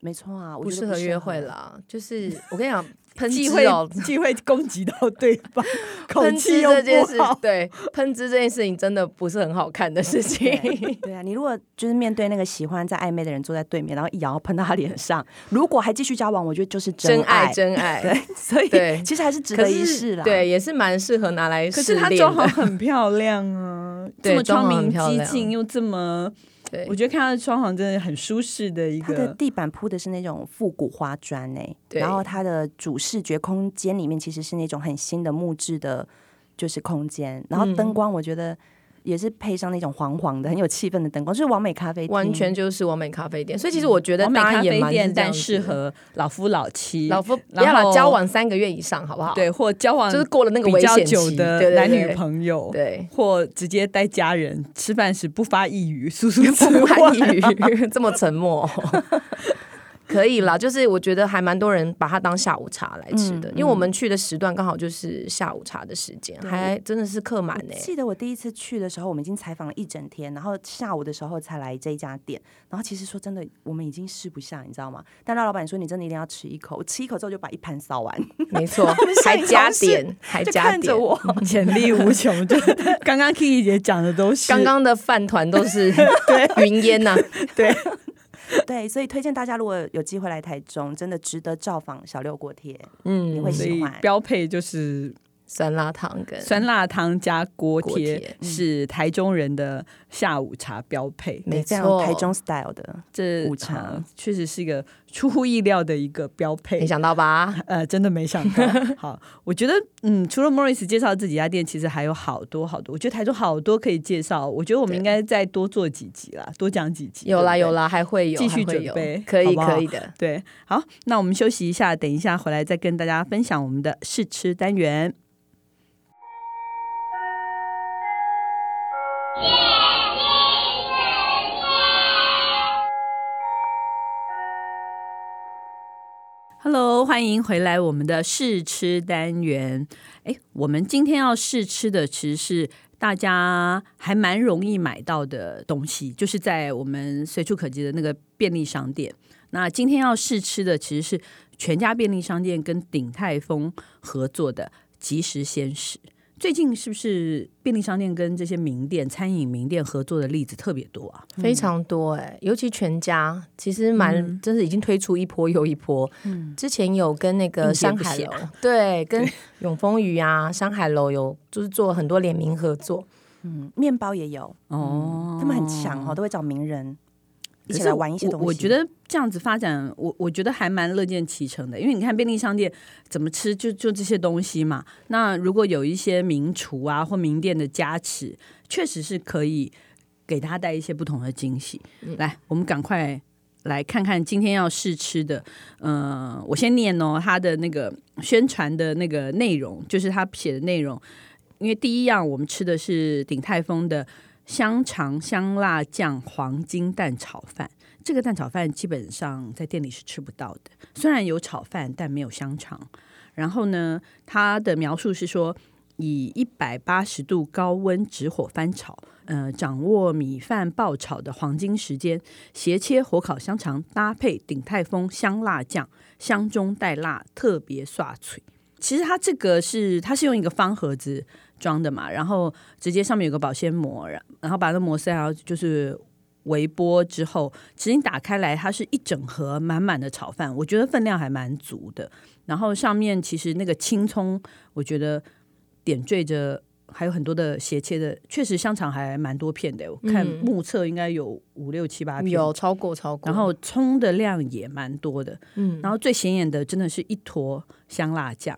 [SPEAKER 2] 没错啊，我
[SPEAKER 3] 不
[SPEAKER 2] 觉
[SPEAKER 3] 适
[SPEAKER 2] 得
[SPEAKER 3] 合约会。啦。就是我跟你讲，喷
[SPEAKER 1] 忌
[SPEAKER 3] 汁
[SPEAKER 1] 讳
[SPEAKER 3] 哦，
[SPEAKER 1] 忌讳攻击到对 方，口
[SPEAKER 3] 喷
[SPEAKER 1] 气
[SPEAKER 3] 汁
[SPEAKER 1] 又
[SPEAKER 3] 这件事
[SPEAKER 1] 不好，。
[SPEAKER 3] 对，喷汁这件事情真的不是很好看的事
[SPEAKER 2] 对
[SPEAKER 3] 情。
[SPEAKER 2] 对啊，你如果就是面对那个喜欢在暧昧的人坐在对面，然后一摇喷到他脸上，如果还继续交往，我觉得就是
[SPEAKER 3] 真
[SPEAKER 2] 爱。
[SPEAKER 3] 爱，真 爱，
[SPEAKER 2] 对，所以
[SPEAKER 3] 对
[SPEAKER 2] 其实还是值
[SPEAKER 3] 可
[SPEAKER 2] 得一
[SPEAKER 3] 是
[SPEAKER 2] 试啦。，
[SPEAKER 3] 对，也是蛮适合拿来
[SPEAKER 1] 可
[SPEAKER 3] 试
[SPEAKER 1] 是她
[SPEAKER 3] 炼
[SPEAKER 1] 装潢
[SPEAKER 3] 的。
[SPEAKER 1] 很漂亮啊，
[SPEAKER 3] 对
[SPEAKER 1] 这么
[SPEAKER 3] 装
[SPEAKER 1] 窗
[SPEAKER 3] 潢很
[SPEAKER 1] 明
[SPEAKER 3] 漂
[SPEAKER 1] 几
[SPEAKER 3] 亮
[SPEAKER 1] 净又这么，
[SPEAKER 3] 对
[SPEAKER 1] 我，觉得看她的装潢真的很舒适的一
[SPEAKER 2] 它的
[SPEAKER 1] 个。
[SPEAKER 2] 地板铺的是那种复古花砖诶、
[SPEAKER 3] 对
[SPEAKER 2] 然后它的主视觉空间里面其实是那种很新的木质的，就是空间，然后
[SPEAKER 3] 嗯
[SPEAKER 2] 灯光我觉得也是配上那种黄黄的很有气氛的灯光，就是完美咖啡厅，
[SPEAKER 3] 完全就是完美咖啡店。所以其实我觉得
[SPEAKER 1] 嗯完美
[SPEAKER 3] 大
[SPEAKER 1] 咖
[SPEAKER 3] 家也
[SPEAKER 1] 啡
[SPEAKER 3] 蛮
[SPEAKER 1] 店，
[SPEAKER 3] 是这样
[SPEAKER 1] 但
[SPEAKER 3] 子
[SPEAKER 1] 适
[SPEAKER 3] 的
[SPEAKER 1] 合老夫老妻，
[SPEAKER 3] 老夫不
[SPEAKER 1] 然
[SPEAKER 3] 要了，
[SPEAKER 1] 后
[SPEAKER 3] 交往三个月以上好不好？，
[SPEAKER 1] 对或交往
[SPEAKER 3] 就是过了那个
[SPEAKER 1] 比
[SPEAKER 3] 危
[SPEAKER 1] 较
[SPEAKER 3] 险
[SPEAKER 1] 久
[SPEAKER 3] 期
[SPEAKER 1] 的
[SPEAKER 3] 对对
[SPEAKER 1] 男女
[SPEAKER 3] 对
[SPEAKER 1] 朋友，
[SPEAKER 3] 对，
[SPEAKER 1] 或直接带家人吃饭时不发一语，速速吃
[SPEAKER 3] 不
[SPEAKER 1] 完
[SPEAKER 3] 堪一。语，这么沉默。可以啦，就是我觉得还蛮多人把它当下午茶来吃
[SPEAKER 1] 嗯
[SPEAKER 3] 的，因为我们去的时段刚好就是下午茶的时间，还真的是客满呢、
[SPEAKER 2] 我啊记得我第一次去的时候，我们已经采访了一整天，然后下午的时候才来这一家店。然后其实说真的，我们已经吃不下，你知道吗？但那老板说你真的一定要吃一口，我吃一口之后就把一盘扫完，
[SPEAKER 3] 没错，还加点，还
[SPEAKER 2] 就
[SPEAKER 3] 加
[SPEAKER 2] 看
[SPEAKER 3] 点
[SPEAKER 2] 着。我。
[SPEAKER 1] 潜力无穷，就 刚刚 Kiki 姐讲的都是
[SPEAKER 3] 刚刚的饭团都 是云烟呐、
[SPEAKER 1] 对，
[SPEAKER 2] 对，所以推荐大家如果有机会来台中，真的值得造访小六锅贴，你
[SPEAKER 3] 嗯，
[SPEAKER 2] 会
[SPEAKER 1] 所
[SPEAKER 2] 喜
[SPEAKER 1] 以
[SPEAKER 2] 欢。
[SPEAKER 1] 标配就是
[SPEAKER 3] 酸辣汤跟
[SPEAKER 1] 酸辣汤加锅
[SPEAKER 3] 锅
[SPEAKER 1] 贴
[SPEAKER 3] 贴，嗯
[SPEAKER 1] 是台中人的下午茶标配。
[SPEAKER 3] 没
[SPEAKER 2] 对这样
[SPEAKER 3] 错
[SPEAKER 2] 台中 style 的，
[SPEAKER 1] 这
[SPEAKER 2] 午茶
[SPEAKER 1] 呃确实是一个出乎意料的一个标配
[SPEAKER 3] 没。想到吧？
[SPEAKER 1] 呃，真的没想 到。好，我觉得，嗯，除了 Morris 介绍这几家店，其实还有好多好多。我觉得台中好多可以介绍，我觉得我们
[SPEAKER 3] 对
[SPEAKER 1] 应该再多做几集啦，多讲几集。
[SPEAKER 3] 有啦
[SPEAKER 1] 对不对
[SPEAKER 3] 有。啦，还会有，
[SPEAKER 1] 继续
[SPEAKER 3] 还会有
[SPEAKER 1] 准备
[SPEAKER 3] 可
[SPEAKER 1] 好
[SPEAKER 3] 以
[SPEAKER 1] 不好
[SPEAKER 3] 可以的。
[SPEAKER 1] 对，好，那我们休息一下，等一下回来再跟大家分享我们的试吃单元。Hello，欢迎回来我们的试吃单元。哎，我们今天要试吃的其实是大家还蛮容易买到的东西，就是在我们随处可及的那个便利商店。那今天要试吃的其实是全家便利商店跟鼎泰丰合作的即食鲜食。最近是不是便利商店跟这些名店、餐饮名店合作的例子特别多啊？
[SPEAKER 3] 非常多哎、尤其全家其实蛮，
[SPEAKER 1] 嗯
[SPEAKER 3] 真是已经推出一波又一波。之前有跟那
[SPEAKER 1] 应
[SPEAKER 3] 个
[SPEAKER 1] 接
[SPEAKER 3] 山
[SPEAKER 1] 不
[SPEAKER 3] 海
[SPEAKER 1] 暇
[SPEAKER 3] 楼，对，跟永丰鱼啊、山海楼有就是做很多联名合作。
[SPEAKER 2] 嗯，面包也有，嗯
[SPEAKER 1] 哦
[SPEAKER 2] 他们很强哦，都会找名人一起来玩一些东西。
[SPEAKER 1] 我我觉得这样子发展，我我觉得还蛮乐见其成的，因为你看便利商店怎么吃就就这些东西嘛。那如果有一些名厨啊或名店的加持，确实是可以给他带一些不同的惊喜。来，我们赶快来看看今天要试吃的。呃，我先念哦，它的那个宣传的那个内容，就是他写的内容。因为第一样我们吃的是鼎泰丰的香肠香辣酱黄金蛋炒饭，这个蛋炒饭基本上在店里是吃不到的，虽然有炒饭，但没有香肠。然后呢，它的描述是说，以一百八十度高温直火翻炒，呃，掌握米饭爆炒的黄金时间，斜切火烤香肠，搭配鼎泰丰香辣酱，香中带辣，特别刷脆。其实它这个是它是用一个方盒子装的嘛，然后直接上面有个保鲜膜，然然后把那膜塞好，就是微波之后，其实你打开来，它是一整盒满满的炒饭，我觉得分量还蛮足的。然后上面其实那个青葱，我觉得点缀着还有很多的斜切的，确实香肠还蛮多片的，我看
[SPEAKER 3] 嗯
[SPEAKER 1] 目测应该有五六七八片。
[SPEAKER 3] 有超过超过，
[SPEAKER 1] 啊然后葱的量也蛮多的，
[SPEAKER 3] 嗯，
[SPEAKER 1] 然后最显眼的真的是一坨香辣酱，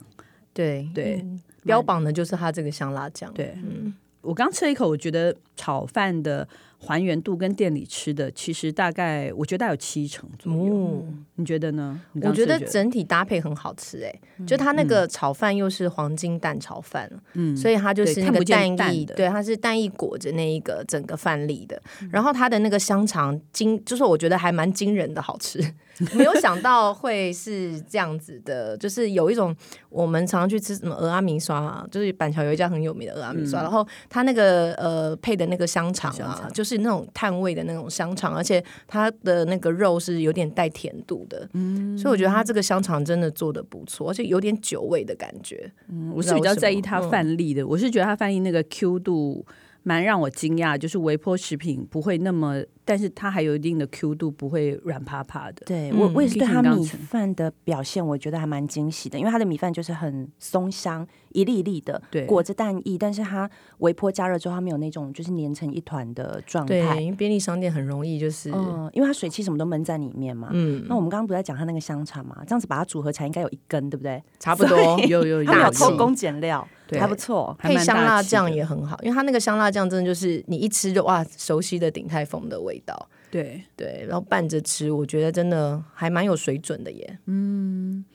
[SPEAKER 3] 对
[SPEAKER 1] 对
[SPEAKER 3] 嗯标榜的就是它这个香辣酱，
[SPEAKER 1] 对
[SPEAKER 3] 嗯，
[SPEAKER 1] 我刚吃了一口，我觉得炒饭的还原度跟店里吃的，其实大概我觉得大概有七成左右。
[SPEAKER 3] 嗯，
[SPEAKER 1] 你觉得呢？你刚
[SPEAKER 3] 我
[SPEAKER 1] 刚是
[SPEAKER 3] 觉
[SPEAKER 1] 不
[SPEAKER 3] 得
[SPEAKER 1] 是觉
[SPEAKER 3] 整体搭配很好吃哎、就它那个炒饭又是黄金蛋炒饭，
[SPEAKER 1] 嗯
[SPEAKER 3] 所以它就
[SPEAKER 1] 对
[SPEAKER 3] 是
[SPEAKER 1] 看
[SPEAKER 3] 那
[SPEAKER 1] 不
[SPEAKER 3] 个
[SPEAKER 1] 见
[SPEAKER 3] 蛋
[SPEAKER 1] 蛋
[SPEAKER 3] 液，
[SPEAKER 1] 的嗯
[SPEAKER 3] 对，它是蛋液裹着那一个整个饭粒的。然后它的那个香肠惊，就是我觉得还蛮惊人的好吃， 没有想到会是这样子的，就是有一种我们常常去吃什么鹅阿米刷、啊，就是板桥有一家很有名的鹅阿米刷，然后它那个呃配的那个香肠
[SPEAKER 1] 嗯香
[SPEAKER 3] 啊
[SPEAKER 1] 肠，
[SPEAKER 3] 就是那种碳味的那种香肠，而且它的那个肉是有点带甜度的，
[SPEAKER 1] 嗯
[SPEAKER 3] 所以我觉得它这个香肠真的做的不错，而且有点酒味的感觉。
[SPEAKER 1] 我是比较在意它
[SPEAKER 3] 不知道为什么嗯
[SPEAKER 1] 饭粒的，我是觉得它饭粒那个 Q 度蛮让我惊讶，就是微波食品不会那么，但是它还有一定的 Q 度，不会软趴趴的。
[SPEAKER 2] 对
[SPEAKER 3] 嗯
[SPEAKER 2] 我，我也是
[SPEAKER 1] 毕
[SPEAKER 2] 对
[SPEAKER 1] 竟
[SPEAKER 2] 他
[SPEAKER 1] 刚
[SPEAKER 2] 米
[SPEAKER 1] 成
[SPEAKER 2] 饭的表现，我觉得还蛮惊喜的，因为他的米饭就是很松香，一粒一粒的，
[SPEAKER 1] 对
[SPEAKER 2] 裹着蛋液，但是它微波加热之后，它没有那种就是粘成一团的状
[SPEAKER 3] 对，
[SPEAKER 2] 态。
[SPEAKER 3] 因为便利商店很容易就是，
[SPEAKER 2] 嗯，因为它水汽什么都闷在里面嘛。
[SPEAKER 3] 嗯，
[SPEAKER 2] 那我们刚刚不是在讲它那个香肠嘛？这样子把它组合起来，应该有一根，对不对？
[SPEAKER 3] 差不多。
[SPEAKER 1] 有有
[SPEAKER 2] 它没
[SPEAKER 1] 有
[SPEAKER 3] 大
[SPEAKER 2] 有
[SPEAKER 3] 气
[SPEAKER 2] 偷工减料，
[SPEAKER 1] 对
[SPEAKER 2] 还不错。
[SPEAKER 1] 还
[SPEAKER 3] 配
[SPEAKER 1] 蛮
[SPEAKER 3] 香
[SPEAKER 1] 大
[SPEAKER 3] 辣
[SPEAKER 1] 气
[SPEAKER 3] 酱
[SPEAKER 1] 的
[SPEAKER 3] 也很好，因为它那个香辣酱真的就是你一吃就哇，熟悉的鼎泰丰的味道，
[SPEAKER 1] 对，
[SPEAKER 3] 对，然后拌着吃，我觉得真的还蛮有水准的耶。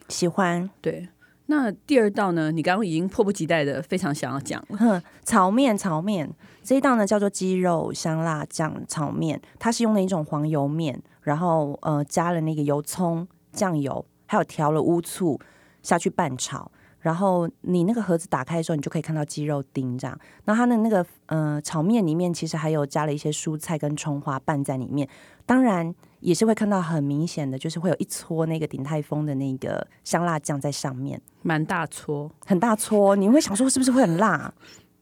[SPEAKER 2] 喜欢
[SPEAKER 1] 对。那第二道呢？你刚刚已经迫不及待的非常想要讲了，
[SPEAKER 2] 哼，炒面，炒面这一道呢叫做鸡肉香辣酱炒面，它是用了一种黄油面，然后呃加了那个油葱、酱油，还有调了乌醋下去拌炒。然后你那个盒子打开的时候，你就可以看到鸡肉丁这样。然后它的那个呃炒面里面其实还有加了一些蔬菜跟葱花拌在里面，当然也是会看到很明显的，就是会有一撮那个鼎泰丰的那个香辣酱在上面。
[SPEAKER 1] 蛮大撮，
[SPEAKER 2] 很大撮，你会想说是不是会很辣？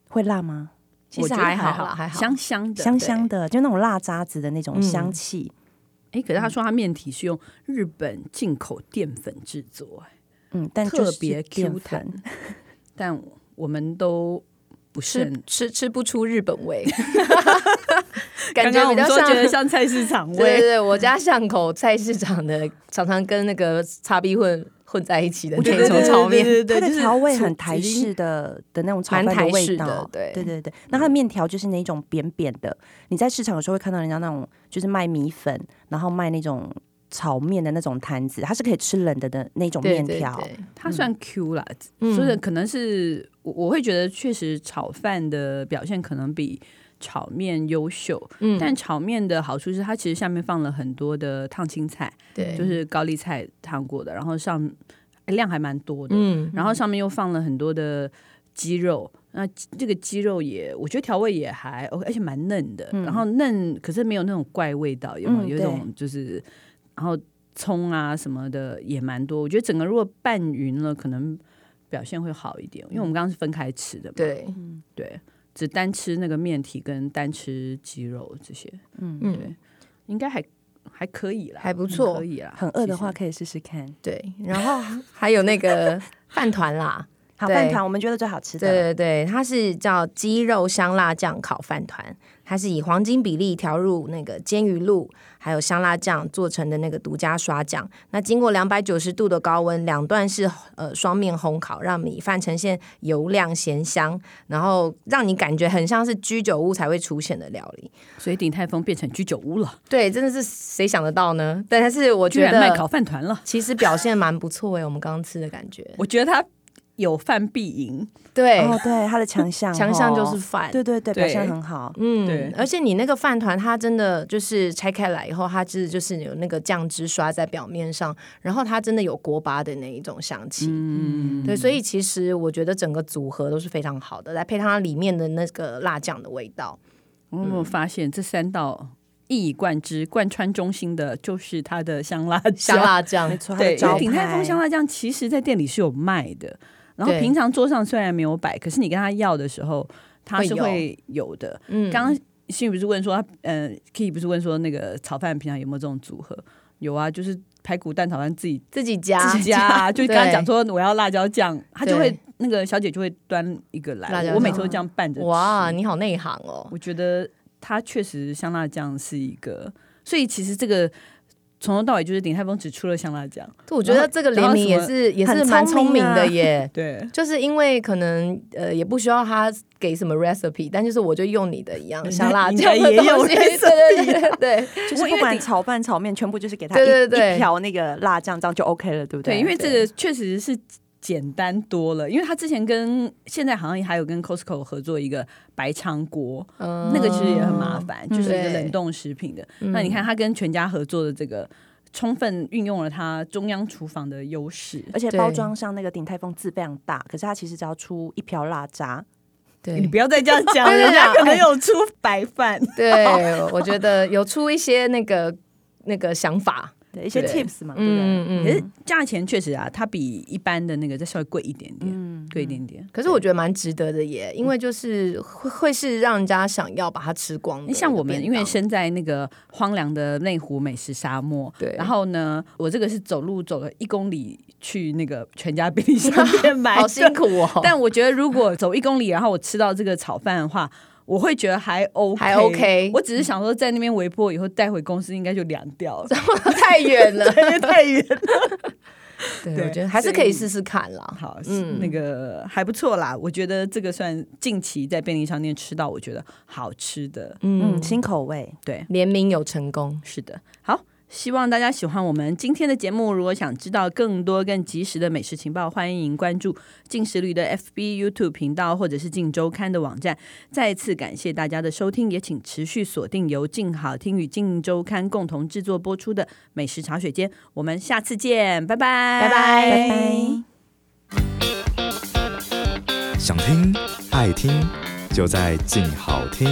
[SPEAKER 2] 会辣吗？
[SPEAKER 3] 其
[SPEAKER 1] 我
[SPEAKER 3] 实
[SPEAKER 1] 觉得
[SPEAKER 3] 还好
[SPEAKER 1] 好
[SPEAKER 3] 啦还好
[SPEAKER 1] 香香的。
[SPEAKER 2] 香香的，就那种辣渣子的那种香气。
[SPEAKER 1] 哎，可是
[SPEAKER 3] 嗯
[SPEAKER 1] 他说他面体是用日本进口淀粉制作，哎
[SPEAKER 2] 嗯，但就是
[SPEAKER 1] 特别 Q
[SPEAKER 2] 淀
[SPEAKER 1] 弹
[SPEAKER 2] 粉，哎
[SPEAKER 1] 但我们都不是
[SPEAKER 3] 吃
[SPEAKER 1] 很
[SPEAKER 3] 吃吃不出日本 味，
[SPEAKER 1] 刚
[SPEAKER 3] 感
[SPEAKER 1] 刚
[SPEAKER 3] 觉
[SPEAKER 1] 我们
[SPEAKER 3] 比较
[SPEAKER 1] 说
[SPEAKER 3] 像
[SPEAKER 1] 觉得像菜市场
[SPEAKER 3] 对 对
[SPEAKER 1] 味。
[SPEAKER 3] 对，我家巷口菜市场的常常跟那个叉 B 混混在一起的那种炒
[SPEAKER 1] 对对
[SPEAKER 3] 面，
[SPEAKER 1] 对对对对
[SPEAKER 2] 它的
[SPEAKER 1] 就是
[SPEAKER 2] 调味
[SPEAKER 1] 醋
[SPEAKER 2] 很台
[SPEAKER 1] 已经
[SPEAKER 2] 式的的那种炒
[SPEAKER 3] 蛮
[SPEAKER 2] 饭
[SPEAKER 3] 台
[SPEAKER 2] 味
[SPEAKER 3] 式的
[SPEAKER 2] 道。
[SPEAKER 3] 对
[SPEAKER 2] 对对对，那它的面条就是那种扁扁的，你在市场有时候会看到人家那种就是卖米粉，然后卖那种炒面的那种摊子，它是可以吃冷的的那种
[SPEAKER 3] 对
[SPEAKER 2] 面
[SPEAKER 3] 对
[SPEAKER 2] 条。
[SPEAKER 3] 对，
[SPEAKER 1] 它算 Q 啦，
[SPEAKER 3] 嗯
[SPEAKER 1] 所以可能是我我会觉得确实炒饭的表现可能比炒面优秀，
[SPEAKER 3] 嗯
[SPEAKER 1] 但炒面的好处是它其实下面放了很多的烫青菜，
[SPEAKER 3] 对
[SPEAKER 1] 就是高丽菜烫过的，然后上哎量还蛮多的，
[SPEAKER 3] 嗯
[SPEAKER 1] 然后上面又放了很多的鸡肉。那这个鸡肉也，我觉得调味也还 OK，而且蛮嫩的。
[SPEAKER 3] 嗯
[SPEAKER 1] 然后嫩，可是没有那种怪味道，有没有？
[SPEAKER 2] 嗯
[SPEAKER 1] 有一种就是，然后葱啊什么的也蛮多。我觉得整个如果拌匀了，可能表现会好一点。因为我们刚刚是分开吃的嘛，
[SPEAKER 3] 嗯对，
[SPEAKER 1] 对，只单吃那个面体跟单吃鸡肉这些，
[SPEAKER 3] 嗯
[SPEAKER 1] 应该还还可以啦，
[SPEAKER 3] 还不错
[SPEAKER 1] 可以啦。
[SPEAKER 2] 很饿的话
[SPEAKER 1] 其实，
[SPEAKER 2] 可以试试看。
[SPEAKER 3] 对，然后还有那个饭团啦。
[SPEAKER 2] 好
[SPEAKER 3] 对
[SPEAKER 2] 饭团，我们觉得最好吃的。
[SPEAKER 3] 对对对，它是叫鸡肉香辣酱烤饭团，它是以黄金比例调入那个煎鱼露还有香辣酱做成的那个独家刷酱。那经过两百九十度的高温，两段是呃双面烘烤，让米饭呈现油亮咸香，然后让你感觉很像是居酒屋才会出现的料理。
[SPEAKER 1] 所以鼎泰丰变成居酒屋了，
[SPEAKER 3] 对，真的是谁想得到呢？但是我
[SPEAKER 1] 居
[SPEAKER 3] 觉
[SPEAKER 1] 然卖烤
[SPEAKER 3] 得
[SPEAKER 1] 饭团了。
[SPEAKER 3] 其实表现蛮不错诶、我们刚刚吃的感觉。
[SPEAKER 1] 我觉得它有饭必赢。
[SPEAKER 3] 对，
[SPEAKER 2] 哦，对，它的强 项，
[SPEAKER 3] 强项就是
[SPEAKER 2] 哦
[SPEAKER 3] 饭。
[SPEAKER 2] 对对对，
[SPEAKER 1] 对
[SPEAKER 2] 表现很好。
[SPEAKER 1] 对
[SPEAKER 3] 嗯，而且你那个饭团，它真的就是拆开来以后，它是就是有那个酱汁刷在表面上，然后它真的有锅巴的那一种香气。嗯，对，所以其实我觉得整个组合都是非常好的，来配上它里面的那个辣酱的味道。
[SPEAKER 1] 嗯我有没有发现这三道一以贯之、贯穿中心的，就是它的香辣酱
[SPEAKER 3] 香。辣酱
[SPEAKER 2] 没，错，它
[SPEAKER 1] 对，
[SPEAKER 2] 的
[SPEAKER 1] 因
[SPEAKER 2] 招
[SPEAKER 1] 为
[SPEAKER 2] 牌。
[SPEAKER 1] 鼎泰丰香辣酱其实在店里是有卖的，然后
[SPEAKER 3] 对
[SPEAKER 1] 平常桌上虽然没有摆，可是你跟他要的时候，他是
[SPEAKER 3] 会有
[SPEAKER 1] 会有的。
[SPEAKER 3] 嗯
[SPEAKER 1] 刚刚心宇不是问说，呃，Key 不是问说那个炒饭平常有没有这种组合？有啊，就是排骨蛋炒饭自己
[SPEAKER 3] 自己加
[SPEAKER 1] 自己加啊， 就刚刚
[SPEAKER 3] 对
[SPEAKER 1] 讲说我要辣椒酱，他就会
[SPEAKER 3] 对
[SPEAKER 1] 那个小姐就会端一个
[SPEAKER 3] 辣椒
[SPEAKER 1] 来，
[SPEAKER 3] 酱
[SPEAKER 1] 我每次都这样拌着吃。
[SPEAKER 3] 哇，你好内行
[SPEAKER 1] 嗯
[SPEAKER 3] 哦。
[SPEAKER 1] 我觉得它确实香辣酱是一个，所以其实这个从头到尾就是鼎泰丰只出了香辣酱，
[SPEAKER 3] 对我觉得这个
[SPEAKER 1] 然
[SPEAKER 3] 联
[SPEAKER 1] 后
[SPEAKER 3] 名也
[SPEAKER 1] 什么
[SPEAKER 3] 是也是
[SPEAKER 2] 很
[SPEAKER 3] 蛮
[SPEAKER 2] 聪
[SPEAKER 3] 聪
[SPEAKER 2] 明
[SPEAKER 3] 明
[SPEAKER 2] 啊
[SPEAKER 3] 的耶。
[SPEAKER 1] 对，
[SPEAKER 3] 就是因为可能呃也不需要他给什么 recipe，但就是我就用你的一样香辣
[SPEAKER 1] 应
[SPEAKER 3] 酱
[SPEAKER 1] 该
[SPEAKER 3] 的
[SPEAKER 1] 也有
[SPEAKER 3] 东西，对对对对对
[SPEAKER 2] 就是不管炒饭、炒面，全部就是给他一
[SPEAKER 3] 对对对
[SPEAKER 2] 一瓢那个辣酱，这样就 OK 了，对不
[SPEAKER 1] 对，
[SPEAKER 3] 啊
[SPEAKER 2] 对，
[SPEAKER 1] 因为这个确实是简单多了，因为他之前跟现在好像还有跟 Costco 合作一个白糠锅， 那个其实也很麻
[SPEAKER 3] 嗯
[SPEAKER 1] 烦，就是一个
[SPEAKER 3] 对
[SPEAKER 1] 冷冻食品的。
[SPEAKER 3] 嗯
[SPEAKER 1] 那你看他跟全家合作的这个，充分运用了他中央厨房的优势。
[SPEAKER 2] 而且
[SPEAKER 3] 对
[SPEAKER 2] 包装上那个鼎泰丰字非常大，可是它其实只要出一瓢辣渣，
[SPEAKER 1] 你
[SPEAKER 3] 对
[SPEAKER 1] 不要再这样 讲，
[SPEAKER 3] 对对对
[SPEAKER 1] 人家可能
[SPEAKER 3] 哎
[SPEAKER 1] 有出白饭。
[SPEAKER 3] 对，我觉得有出一些那个那个想法，
[SPEAKER 2] 对一些
[SPEAKER 3] 对
[SPEAKER 2] tips 嘛，对不对？
[SPEAKER 3] 嗯
[SPEAKER 1] 可
[SPEAKER 3] 嗯
[SPEAKER 1] 是
[SPEAKER 3] 嗯。
[SPEAKER 1] 价钱确实啊，它比一般的那个再稍微贵一点点，贵一点点。
[SPEAKER 3] 嗯可是我觉得蛮值得的耶，因为就是会会是让人家想要把它吃光的。
[SPEAKER 1] 像我们因为
[SPEAKER 3] 是
[SPEAKER 1] 身在那个荒凉的内湖美食沙漠，
[SPEAKER 3] 对
[SPEAKER 1] 然后呢，我这个是走路走了一公里去那个全家便利商 店买的，
[SPEAKER 3] 好辛苦 哦，
[SPEAKER 1] 但我觉得如果走一公里，然后我吃到这个炒饭的话。我会觉得还 OK，
[SPEAKER 3] 还 OK
[SPEAKER 1] 我只是想说，在那边微波以后带回公司，应该就凉掉了，
[SPEAKER 3] 太远了。
[SPEAKER 1] 因为 太远。
[SPEAKER 3] 对，
[SPEAKER 1] 对
[SPEAKER 3] 我觉得还是
[SPEAKER 1] 所以
[SPEAKER 3] 可以试试看啦。
[SPEAKER 1] 好，
[SPEAKER 3] 嗯
[SPEAKER 1] 那个还不错啦，我觉得这个算近期在便利商店吃到我觉得好吃的。
[SPEAKER 3] 嗯
[SPEAKER 2] 嗯，，新口味，
[SPEAKER 1] 对，
[SPEAKER 3] 联名有成功。
[SPEAKER 1] 嗯是的，好。希望大家喜欢我们今天的节目。如果想知道更多更及时的美食情报，欢迎关注进食旅的 FB、YouTube 频道，或者是进周刊的网站。再次感谢大家的收听，也请持续锁定由静好听与静周刊共同制作播出的《美食茶水间》。我们下次见，拜拜，
[SPEAKER 3] 拜拜
[SPEAKER 2] 拜拜。
[SPEAKER 4] 想听爱听，就在静好听。